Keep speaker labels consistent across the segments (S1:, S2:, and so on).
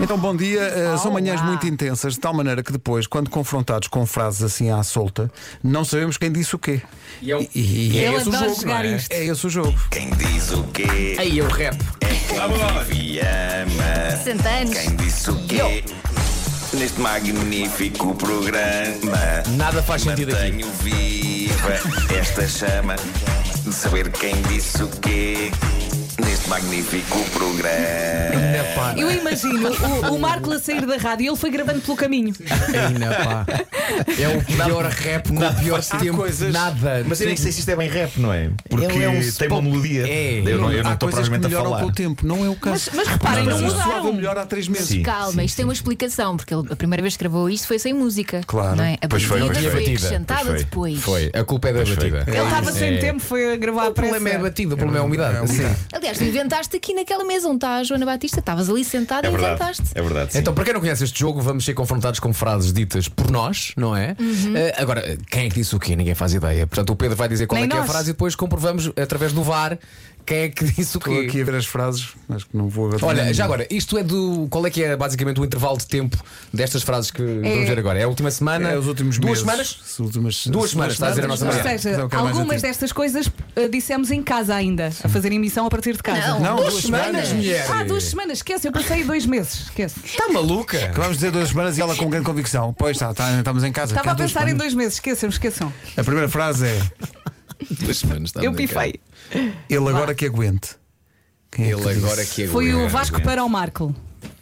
S1: Então, bom dia. Eh, são manhãs muito intensas, de tal maneira que depois, quando confrontados com frases assim à solta, não sabemos quem disse o quê.
S2: E eu-
S1: e é
S3: Eu
S1: esse o
S3: adoro
S1: jogo.
S3: jogar isto.
S1: É esse o jogo.
S4: Quem diz o quê?
S2: Aí eu rap.
S4: Vive e ama.
S3: Santanos.
S4: Quem disse o quê? Neste magnífico programa.
S2: Nada faz sentido aqui.
S4: Mantenho viva esta chama de saber quem disse o quê. Neste magnífico programa.
S1: É pá.
S3: Eu imagino o, o Marco a sair da rádio e ele foi gravando pelo caminho.
S2: Ainda pá. É o pior rap com o pior
S1: há
S2: tempo.
S1: coisas-
S2: Nada.
S5: Mas eu nem sei se isto é bem rap, não é? Porque
S2: Ele é um
S5: tem uma
S2: spot.
S5: melodia.
S2: É.
S5: Eu não, eu não
S1: Há
S5: estou
S1: coisas que
S5: propriamente a
S1: melhoram
S5: falar.
S1: com o tempo, não é o
S3: Mas,
S1: caso.
S3: mas reparem, não
S5: Não, não.
S1: Soava
S3: mudaram.
S1: melhor há três meses.
S5: Sim,
S6: Calma,
S5: sim,
S6: isto tem uma explicação, porque ele, a primeira vez que gravou isto foi sem música.
S1: Claro.
S6: Não é? A
S5: Pois foi,
S6: batida
S5: pois
S6: foi,
S5: foi.
S6: acrescentada
S5: Pois foi.
S6: depois.
S2: Foi. A culpa é da batida.
S3: Ele tá estava sem tempo, foi a gravar
S2: O problema é a batida, o problema é a umidade. Sim.
S6: Aliás, tu inventaste aqui naquela mesa onde está a Joana Batista, estavas ali sentada e
S5: É verdade.
S6: inventaste.
S5: É verdade. sim.
S2: Então, para quem não conhece este jogo, vamos ser confrontados com frases ditas por nós, não é?
S3: Uhum.
S2: Eh, agora, quem é que disse o quê? Ninguém faz ideia. Portanto, o Pedro vai dizer qual
S3: Nem
S2: é que é a
S3: nós.
S2: frase e depois comprovamos através do VAR quem é que disse o
S1: Estou
S2: quê.
S1: aqui a ver as frases, mas que não vou
S2: Olha, já agora, isto é do. Qual é que é basicamente o intervalo de tempo destas frases que vamos ver agora? É a última semana?
S1: É os últimos
S2: Duas
S1: meses.
S2: semanas?
S1: As últimas-
S2: Duas
S1: as
S2: semanas, está a dizer a nossa
S3: Ou
S2: Mariana.
S3: seja,
S1: Mas é o que é mais
S3: algumas
S1: antigo.
S3: destas coisas eh, dissemos em casa ainda, a fazer emissão a partir de casa.
S1: Não,
S6: duas
S1: duas
S2: Tá
S6: semanas.
S1: semanas, mulher.
S3: Ah, duas semanas, esquece, eu passei dois meses, esquece.
S2: Está Tá maluca?
S1: Que Vamos dizer duas semanas e ela com grande convicção. Pois está, está- estamos em casa.
S3: Estava
S1: cá
S3: a
S1: duas
S3: pensar em
S1: semanas.
S3: dois meses, esqueçam, esqueçam.
S1: A primeira frase é:
S2: Duas semanas, tá está
S3: Eu pifei.
S1: Ele agora que aguente. Quem é que
S2: Ele
S1: disse?
S2: agora que aguenta.
S3: Foi o Vasco para o Marco.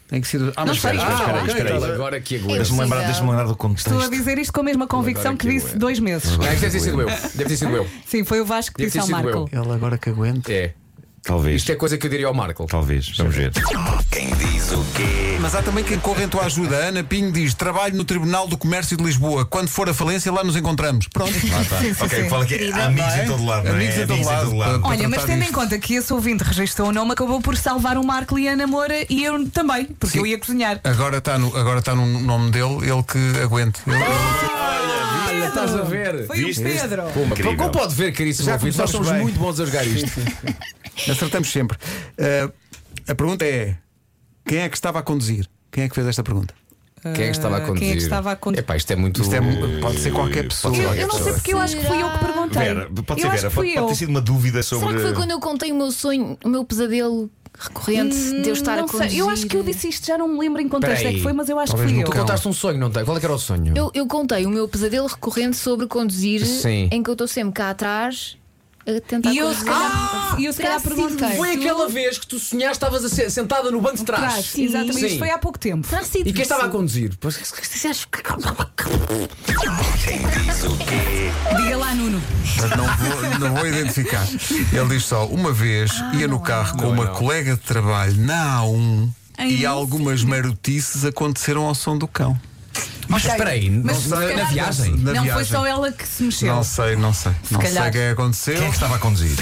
S1: Tem que ser. Ah,
S3: Não
S1: mas
S3: sei,
S1: espera,
S3: mas
S1: ah,
S3: espera aí,
S1: ok,
S5: espera aí.
S1: tá-
S2: Ele É. agora que aguenta.
S5: Deixa-me lembrar,
S6: Possível.
S5: deixa-me lembrar do contexto.
S3: Estou a dizer isto com a mesma convicção que
S2: aqui
S3: disse
S2: eu-
S3: dois meses.
S2: Não, isto deve ter sido eu. Deve ter sido eu.
S3: Sim, foi o Vasco que
S2: Deve
S3: disse
S2: ter
S3: ao
S2: sido
S3: Marco.
S1: Ele agora que aguente.
S2: É.
S5: Talvez.
S2: Isto é coisa que eu diria ao Marco.
S5: Talvez. Vamos ver.
S4: Quem diz o quê?
S1: Mas há também quem corre em tua ajuda. A Ana Pinho diz: Trabalho no Tribunal do Comércio de Lisboa. Quando for a falência, lá nos encontramos. Pronto. tá.
S3: Sim, sim,
S5: Ok,
S3: sim.
S5: fala que é- há amigos em todo lado, não é?
S1: Amigos em todo lado. Para
S3: Olha, mas
S1: tratar
S3: tendo em
S1: disto.
S3: conta que esse ouvinte registrou o nome, acabou por salvar o Marco e a Ana Moura e eu também, porque
S1: Sim.
S3: eu ia cozinhar.
S1: Agora está no, agora está no nome dele, ele que aguente. Ele-
S2: Olha, Ah, estás a ver?
S3: Foi o Pedro.
S2: Puma,
S5: Incrível.
S2: como pode ver, caríssimo
S1: Já
S2: ouvinte,
S1: começamos
S2: nós somos é
S1: bem.
S2: muito bons a jogar isto.
S1: Acertamos sempre. Ah, a pergunta é: quem é que estava a conduzir? Quem é que fez esta pergunta?
S2: Quem é que estava a
S3: Quem é que
S2: conduzir?
S3: estava a conduzir?
S2: Epá, isto é muito.
S1: Isto é- pode ser qualquer pessoa.
S3: Eu, eu não sei porque eu acho que fui eu que perguntei.
S5: Vera, pode ser
S3: eu
S5: Vera,
S3: acho que fui
S5: pode, pode
S3: eu.
S5: ter sido uma dúvida
S6: Será
S5: sobre.
S6: que foi quando eu contei o meu sonho, o meu pesadelo recorrente de eu estar a
S3: Hum, não
S6: conduzir?
S3: sei, eu acho que eu disse isto, já não me lembro em contexto
S2: Peraí.
S3: é que foi, mas eu acho
S1: Talvez
S3: que fui
S1: no
S3: eu.
S2: Tu contaste um sonho, não tem? Qual é que era o sonho?
S6: Eu, eu contei o meu pesadelo recorrente sobre conduzir,
S2: Sim.
S6: em que eu estou sempre cá atrás a tentar
S3: E eu Ah! se
S6: conduzir.
S3: calhar, e eu, se
S6: Será
S3: calhar
S6: que sim?
S3: perguntei.
S2: Foi aquela vez que tu sonhaste estavas a ser- sentada no banco de trás.
S3: Trás, exatamente.
S2: Sim.
S3: Isto foi há pouco tempo.
S6: Terá sido
S2: E quem estava a
S6: isso?
S2: conduzir? Pois-
S3: Diga lá, Nuno.
S1: Mas não vou, não vou identificar. Ele diz só: uma vez ia no carro com uma colega de trabalho na A1 e algumas marotices aconteceram ao som do cão.
S2: Mas espera aí,
S3: Mas
S2: não- na
S3: se calhar-
S2: viagem.
S1: Na
S3: não foi
S1: viagem.
S3: só ela que se mexeu.
S1: Não sei, não sei. Não sei
S3: calhar.
S1: o que é que aconteceu.
S5: Quem é que estava a conduzir?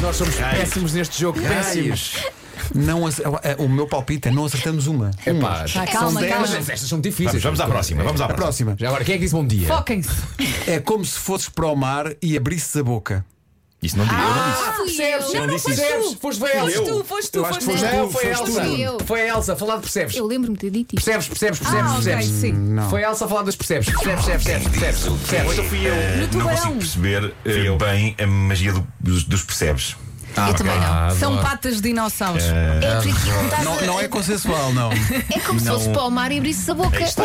S2: Nós somos péssimos neste jogo, péssimos.
S1: é Não ace- eh, O meu palpite é: não acertamos uma.
S3: Hum.
S2: Epá,
S1: Uma.
S2: são
S6: calma,
S2: dez,
S6: calma.
S2: mas estas são difíceis.
S5: Vamos, vamos à próxima. Vamos à
S1: A
S5: próxima.
S1: próxima.
S2: Já agora, quem é que disse bom dia?
S3: Foquem-se.
S1: É como se fosses para o mar e abrisses a boca.
S5: Isso não digo. eu não disse.
S6: Ah, fui
S2: percebes?
S6: eu. Não, não
S5: disse
S6: foi
S5: isso.
S2: Percebes?
S6: tu.
S2: Foste bem a
S3: Foste
S2: Elsa.
S3: tu, foste tu,
S1: acho que
S3: foste tu.
S1: foste
S2: Não, foi a
S1: Foste
S2: Elsa.
S6: tu. Eu.
S2: Foi a Elsa, falar de percebes.
S6: Eu lembro-me de ter dito isto.
S2: Percebes, percebes, percebes,
S3: Ah, ok,
S2: percebes.
S3: sim.
S1: Não.
S2: Foi a Elsa a falar dos percebes. Percebes, percebes, percebes, percebes.
S5: Então fui eu.
S3: No
S5: Não
S3: tubarão.
S5: consigo perceber eh, bem a magia do- dos, dos percebes.
S6: eu também não.
S3: São patas de dinossauros.
S6: É, tu aqui estás
S1: Não,
S6: a-
S1: não é consensual, não.
S6: É como se fosse para o mar e abrisse a boca.
S5: está.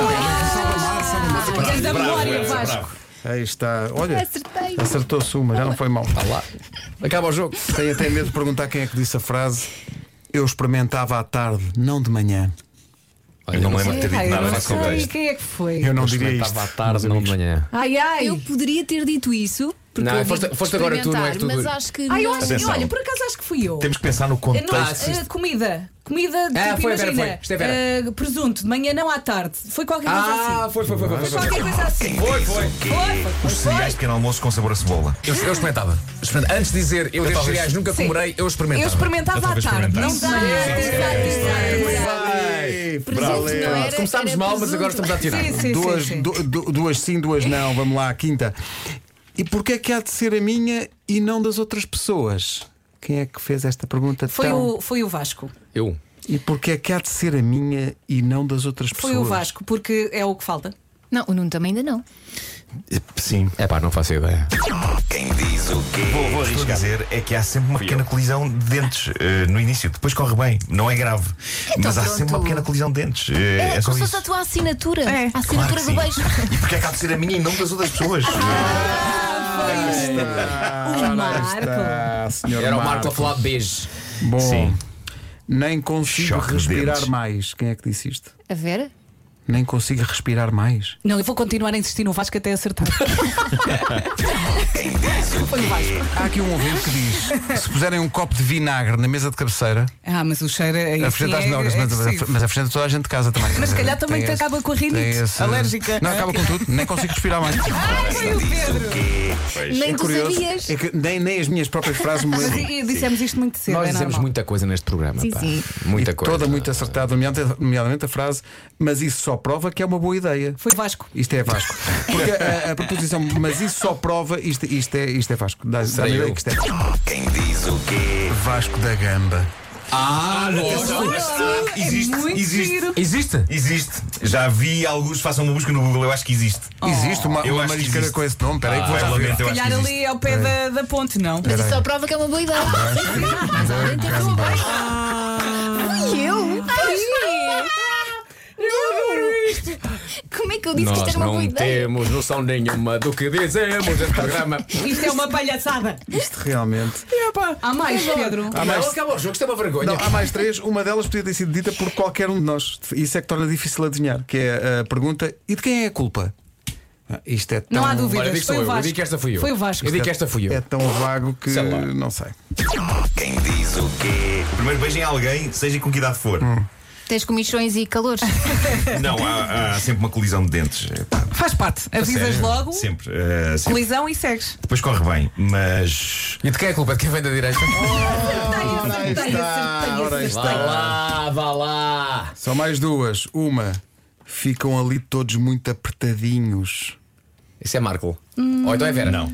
S3: Grande
S5: Bravo,
S3: memória,
S5: Elsa,
S3: Vasco.
S5: bravo.
S1: Aí está. Olha,
S6: Acertei.
S1: acertou-se uma, já não foi mal.
S2: Acaba o jogo.
S1: Tenho até medo de perguntar quem é que disse a frase. Eu experimentava à tarde, não de manhã.
S5: Eu não me lembro de ter
S3: Ai,
S5: dito
S3: eu
S5: nada
S3: não
S5: nesse
S3: sei
S5: contexto.
S3: quem é que foi.
S1: Eu não diria isto.
S2: Estava à tarde, não de manhã.
S3: Ai, ai.
S6: Ah, Eu poderia ter dito isso. porque
S2: Não,
S6: eu
S2: foste-
S6: digo
S2: foste agora tu, não és tu,
S6: experimentar,
S2: Duro.
S6: Mas acho que.
S3: Ai, eu
S6: não-
S3: acho que,
S5: Atenção.
S3: olha, por acaso acho que fui eu.
S5: Temos que pensar
S3: Eu
S5: no
S3: não-
S5: contexto.
S3: eh, comida. Comida de
S2: Ah,
S3: tipo,
S2: foi, Vera,
S3: imagina.
S2: foi. Isto é Vera.
S3: eh, presunto, de manhã não à tarde. Foi qualquer coisa
S2: Ah,
S3: assim.
S2: foi, foi, foi, foi.
S3: Foi
S2: foi.
S3: qualquer coisa assim.
S5: Foi, foi.
S3: Foi, foi,
S5: Os cereais de pequeno almoço com sabor a cebola.
S2: Eu, eu experimentava. Experimenta- Antes de dizer eu, destes cereais nunca
S3: Sim.
S2: comemorei, eu experimentava.
S3: Eu experimentava
S5: Eu
S3: à
S5: talvez
S3: tarde. Não
S5: experimentasse.
S3: dá.
S6: Presunto não era-
S2: Começámos
S6: era
S2: mal, mas agora
S6: presunto.
S2: estamos a tirar.
S3: Sim, sim,
S1: duas,
S3: sim. sim.
S1: du- du- duas sim, duas não. Vamos lá, a quinta. E porquê é que há de ser a minha e não das outras pessoas? Quem é que fez esta pergunta
S3: Foi,
S1: tão...
S3: o, foi o Vasco.
S2: Eu.
S1: E porquê é que há de ser a minha e não das outras
S3: Foi
S1: pessoas?
S3: o Vasco, porque é o que falta.
S6: Não, o Nuno também ainda não.
S5: Sim.
S2: É pá, não faço ideia.
S4: Quem diz o quê?
S5: Vou, vou arriscar dizer é que há sempre uma pequena colisão de dentes eh, no início. Depois corre bem, não é grave.
S6: Então
S5: mas há
S6: pronto.
S5: sempre uma pequena colisão de dentes. Eh,
S6: É,
S5: é,
S6: como
S5: só
S6: se
S5: isso.
S6: fosse a tua assinatura.
S3: É.
S6: A
S5: Claro
S6: assinatura do
S5: que sim.
S6: beijo.
S5: E porque é que há de ser a minha e não das outras pessoas?
S1: Ah,
S6: Marco.
S1: está, Ah, senhor
S2: Era o Marco a falar de beijo.
S1: Bom,
S5: Sim.
S1: nem consigo
S5: Choque de
S1: respirar
S5: dentes.
S1: mais. Quem é que disse isto?
S6: A ver?
S1: Nem consigo respirar mais.
S3: Não, eu vou continuar a insistir no Vasco até acertar.
S1: Há aqui um ouvinte que diz: se puserem um copo de vinagre na mesa de cabeceira,
S3: ah, mas o cheiro é.
S1: apresenta às nogas, mas, mas apresenta toda a gente de casa também.
S3: Mas se calhar também
S1: Tem
S3: te
S1: esse-
S3: acaba com a rinite
S1: tem esse-
S3: alérgica.
S1: Não, acaba com tudo, nem consigo respirar mais.
S2: Ah,
S3: foi o Pedro!
S6: Nem tu sabias.
S1: É que nem, nem as minhas próprias frases me
S3: Mas
S1: lembram.
S3: e- e dissemos isto muito cedo,
S2: Nós
S3: é
S2: dizemos
S3: normal.
S2: muita coisa neste programa.
S6: Sim,
S2: pá.
S6: sim.
S2: Muita
S1: E
S2: coisa.
S1: Toda muito acertada, nomeadamente- nomeadamente a frase, mas isso só prova que é uma boa ideia.
S3: Foi o Vasco.
S1: Isto é Vasco. Porque a, a proposição, mas isso só prova, isto, isto, é, isto é Vasco. Dá, dá
S2: Serei eu.
S1: que isto é
S4: Quem diz o quê?
S1: Vasco da Gamba.
S2: Ah, nossa.
S3: É
S5: Existe,
S3: muito
S5: existe.
S3: giro.
S2: Existe?
S5: Existe. Já vi alguns, façam uma busca no Google, eu acho que existe.
S1: Oh. Existe uma,
S5: Eu
S1: uma
S5: acho que
S1: marisqueira
S5: existe.
S1: com esse nome, peraí que vou
S5: Ah,
S1: já ver.
S5: lamento, eu acho que
S3: Calhar
S5: existe.
S3: ali ao pé da, da ponte, não.
S6: Mas isso só prova que é uma boa ideia. Mas alguém teve um beijo. Fui eu? Como é que eu disse que
S2: Nós
S6: isto era uma boa
S2: não
S6: ideia?
S2: temos noção nenhuma do que dizemos neste programa.
S3: Isto é uma palhaçada.
S1: Isto realmente.
S3: Há mais, Pedro.
S1: Há mais,
S2: acabou o jogo, isto é uma vergonha.
S1: não, há mais três, uma delas podia ter sido dita por qualquer um de nós. Isso é que torna difícil adivinhar, que é a pergunta: e de quem é a culpa? Ah, Isto é tão,
S3: Não há dúvida.
S2: Olha, digo sou
S3: Foi o
S2: eu, eu
S3: Vasco.
S2: digo que esta fui eu.
S3: Foi o Vasco.
S2: Eu digo que esta fui eu.
S1: É tão vago que
S2: Sei lá.
S1: não sei.
S4: Quem diz o quê?
S5: Primeiro beijem alguém, seja com que idade for.
S6: Tens comichões e calores.
S5: Não, há, há sempre uma colisão de dentes. Eh, Pá,
S3: Faz parte. Avisas
S5: sério,
S3: logo,
S5: Sempre. eh, sempre.
S3: colisão e segues.
S5: Depois corre bem, mas.
S2: E de quem é a culpa? De quem vem da direita?
S1: Aí está, ora aí
S2: Vá
S1: está.
S2: lá, vá lá.
S1: Só mais duas. Uma, ficam ali todos muito apertadinhos.
S2: Isso é Marco. Ou então é Vera.
S5: Não.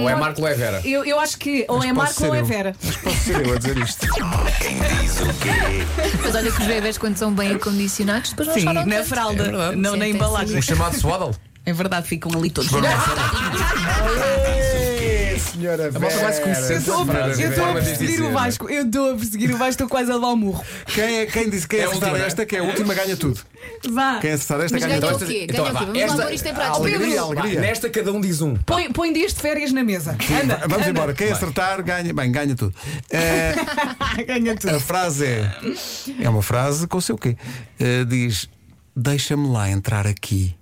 S2: Ou é Marco ou é Vera.
S3: Eu, eu acho que ou é
S1: Posso
S3: Marco
S1: ser
S3: ou é
S1: eu.
S3: Vera.
S1: Mas posso ser eu a dizer isto.
S4: Quem diz o quê?
S6: Mas olha que os bebês, quando são bem acondicionados, depois não
S3: Sim, é
S6: choram
S3: na
S6: tanto.
S3: fralda, não na
S6: Sentem-se
S2: O
S3: embalagem.
S2: chamado Swaddle.
S3: É verdade, ficam ali todos.
S1: É, Senhora Vera,
S2: malta vai se conhecer.
S3: Eu estou a
S2: Vera,
S3: eu estou a
S2: Vera,
S3: perseguir
S2: dizer,
S3: o Vasco, eu estou a perseguir o Vasco, estou quase a levar o murro.
S1: Quem, é, quem disse quem
S2: É
S1: é
S2: a
S1: acertar
S2: última,
S1: esta, que é a última, ganha tudo.
S3: Vá,
S1: Quem é acertar esta,
S6: Mas
S1: ganha
S6: ganha o
S1: tudo.
S6: quê?
S2: Então,
S6: Ganha o
S2: vá,
S6: quê? Vamos
S2: esta-
S6: lá pôr isto em prática.
S1: alegria,
S6: Pedro,
S1: alegria.
S2: Vá, Neste cada um diz um.
S3: põe, põe deste férias na mesa. Anda,
S1: Vamos
S3: anda.
S1: embora. Quem acertar, ganha. Bem, ganha tudo. Eh,
S3: Ganha tudo.
S1: a frase é. É uma frase com o seu quê? Eh, diz: Deixa-me lá entrar aqui.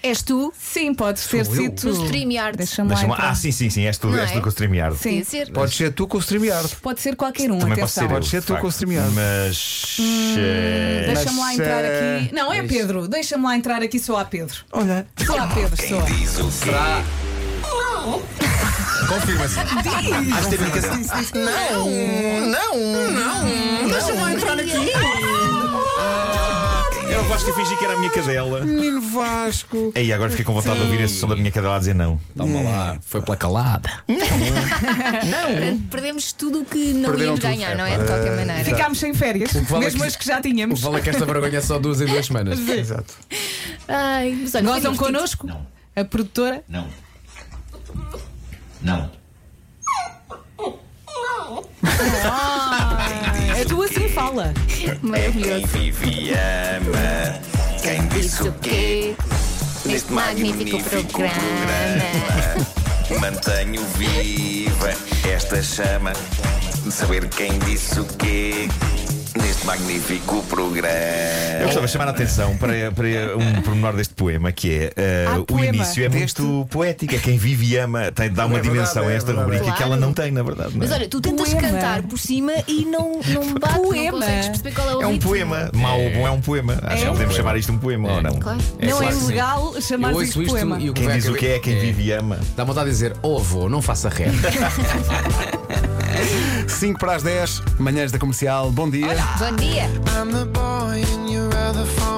S3: És tu? Sim, podes ter
S1: Sou eu.
S3: sido tu.
S6: No StreamYard.
S3: Deixa-me lá
S5: Deixa-me-
S3: entrar.
S5: Ah, sim, sim, sim, és tu,
S6: é Não
S5: és tu
S6: é?
S5: com o StreamYard.
S6: Podia
S3: Sim,
S6: ser.
S1: Pode ser tu com o StreamYard.
S3: pode ser qualquer um,
S5: Também pode
S3: atenção.
S5: ser. eu,
S1: Pode ser
S5: de
S1: tu com o
S5: facto.
S1: StreamYard.
S5: Mas. eh,
S2: É.
S3: Deixa-me lá
S1: Mas,
S3: entrar
S1: eh,
S3: aqui. Não, é Pedro. Deixa-me lá entrar aqui só há Pedro.
S1: Olha.
S3: Só há Pedro, só.
S2: ah, Será? Confirma-se.
S5: acho que teve indicação. Ah! Eu gosto de fingir que era a minha cadela.
S1: Menino Vasco.
S5: Aí agora fiquei com vontade de ouvir esse som da minha cadela a dizer não.
S2: Toma lá. Foi pela calada.
S6: Perdemos tudo o que não
S1: Perderam
S6: íamos
S1: tudo.
S6: ganhar, não é? De qualquer maneira.
S3: Ficámos sem férias,
S2: que vale é
S3: mesmo
S2: que-
S3: as que já
S2: O
S3: tínhamos.
S2: vale é que esta vergonha é só duas em duas semanas.
S1: Exato.
S6: Ai, mas olha,
S3: Gozam
S6: foi divertido.
S3: connosco? A produtora?
S5: Não. Não.
S3: É tu assim fala.
S4: Quem
S6: Maravilhoso.
S4: vive e ama. Quem diz o quê?
S6: Neste magnífico programa.
S4: Mantenho viva esta chama de saber quem disse o quê neste magnífico
S5: Eu
S4: programa.
S5: gostava de chamar a atenção para, para um pormenor deste poema que é eh,
S3: Ah,
S5: o
S3: poema.
S5: início é muito poético. é Quem vive e ama tem de dar uma
S1: É verdade,
S5: dimensão
S1: é
S5: a esta
S1: verdade.
S5: rubrica que ela
S6: Claro.
S5: não tem, na verdade. não é?
S6: Mas olha, tu tentas
S3: Poema.
S6: cantar por cima e não, não bate,
S3: Poema.
S6: não consegues perceber qual é o
S5: é um
S6: ritmo.
S5: poema. Mau ou bom é um poema. Acho que podemos chamar isto um poema ou não.
S6: Claro.
S3: não é
S2: claro que sim.
S3: legal chamar
S2: Eu
S3: de
S2: ouço
S3: isto
S2: isto
S3: poema.
S2: e o que
S5: Quem
S2: vem à
S5: diz o que é,
S2: cabeça-
S5: quem vive e ama.
S2: Dá vontade de dizer, ô avô, não faça ré.
S1: 5 para as 10, manhãs da comercial. Bom dia.
S6: Bom dia.
S7: I'm the boy and you're rather fond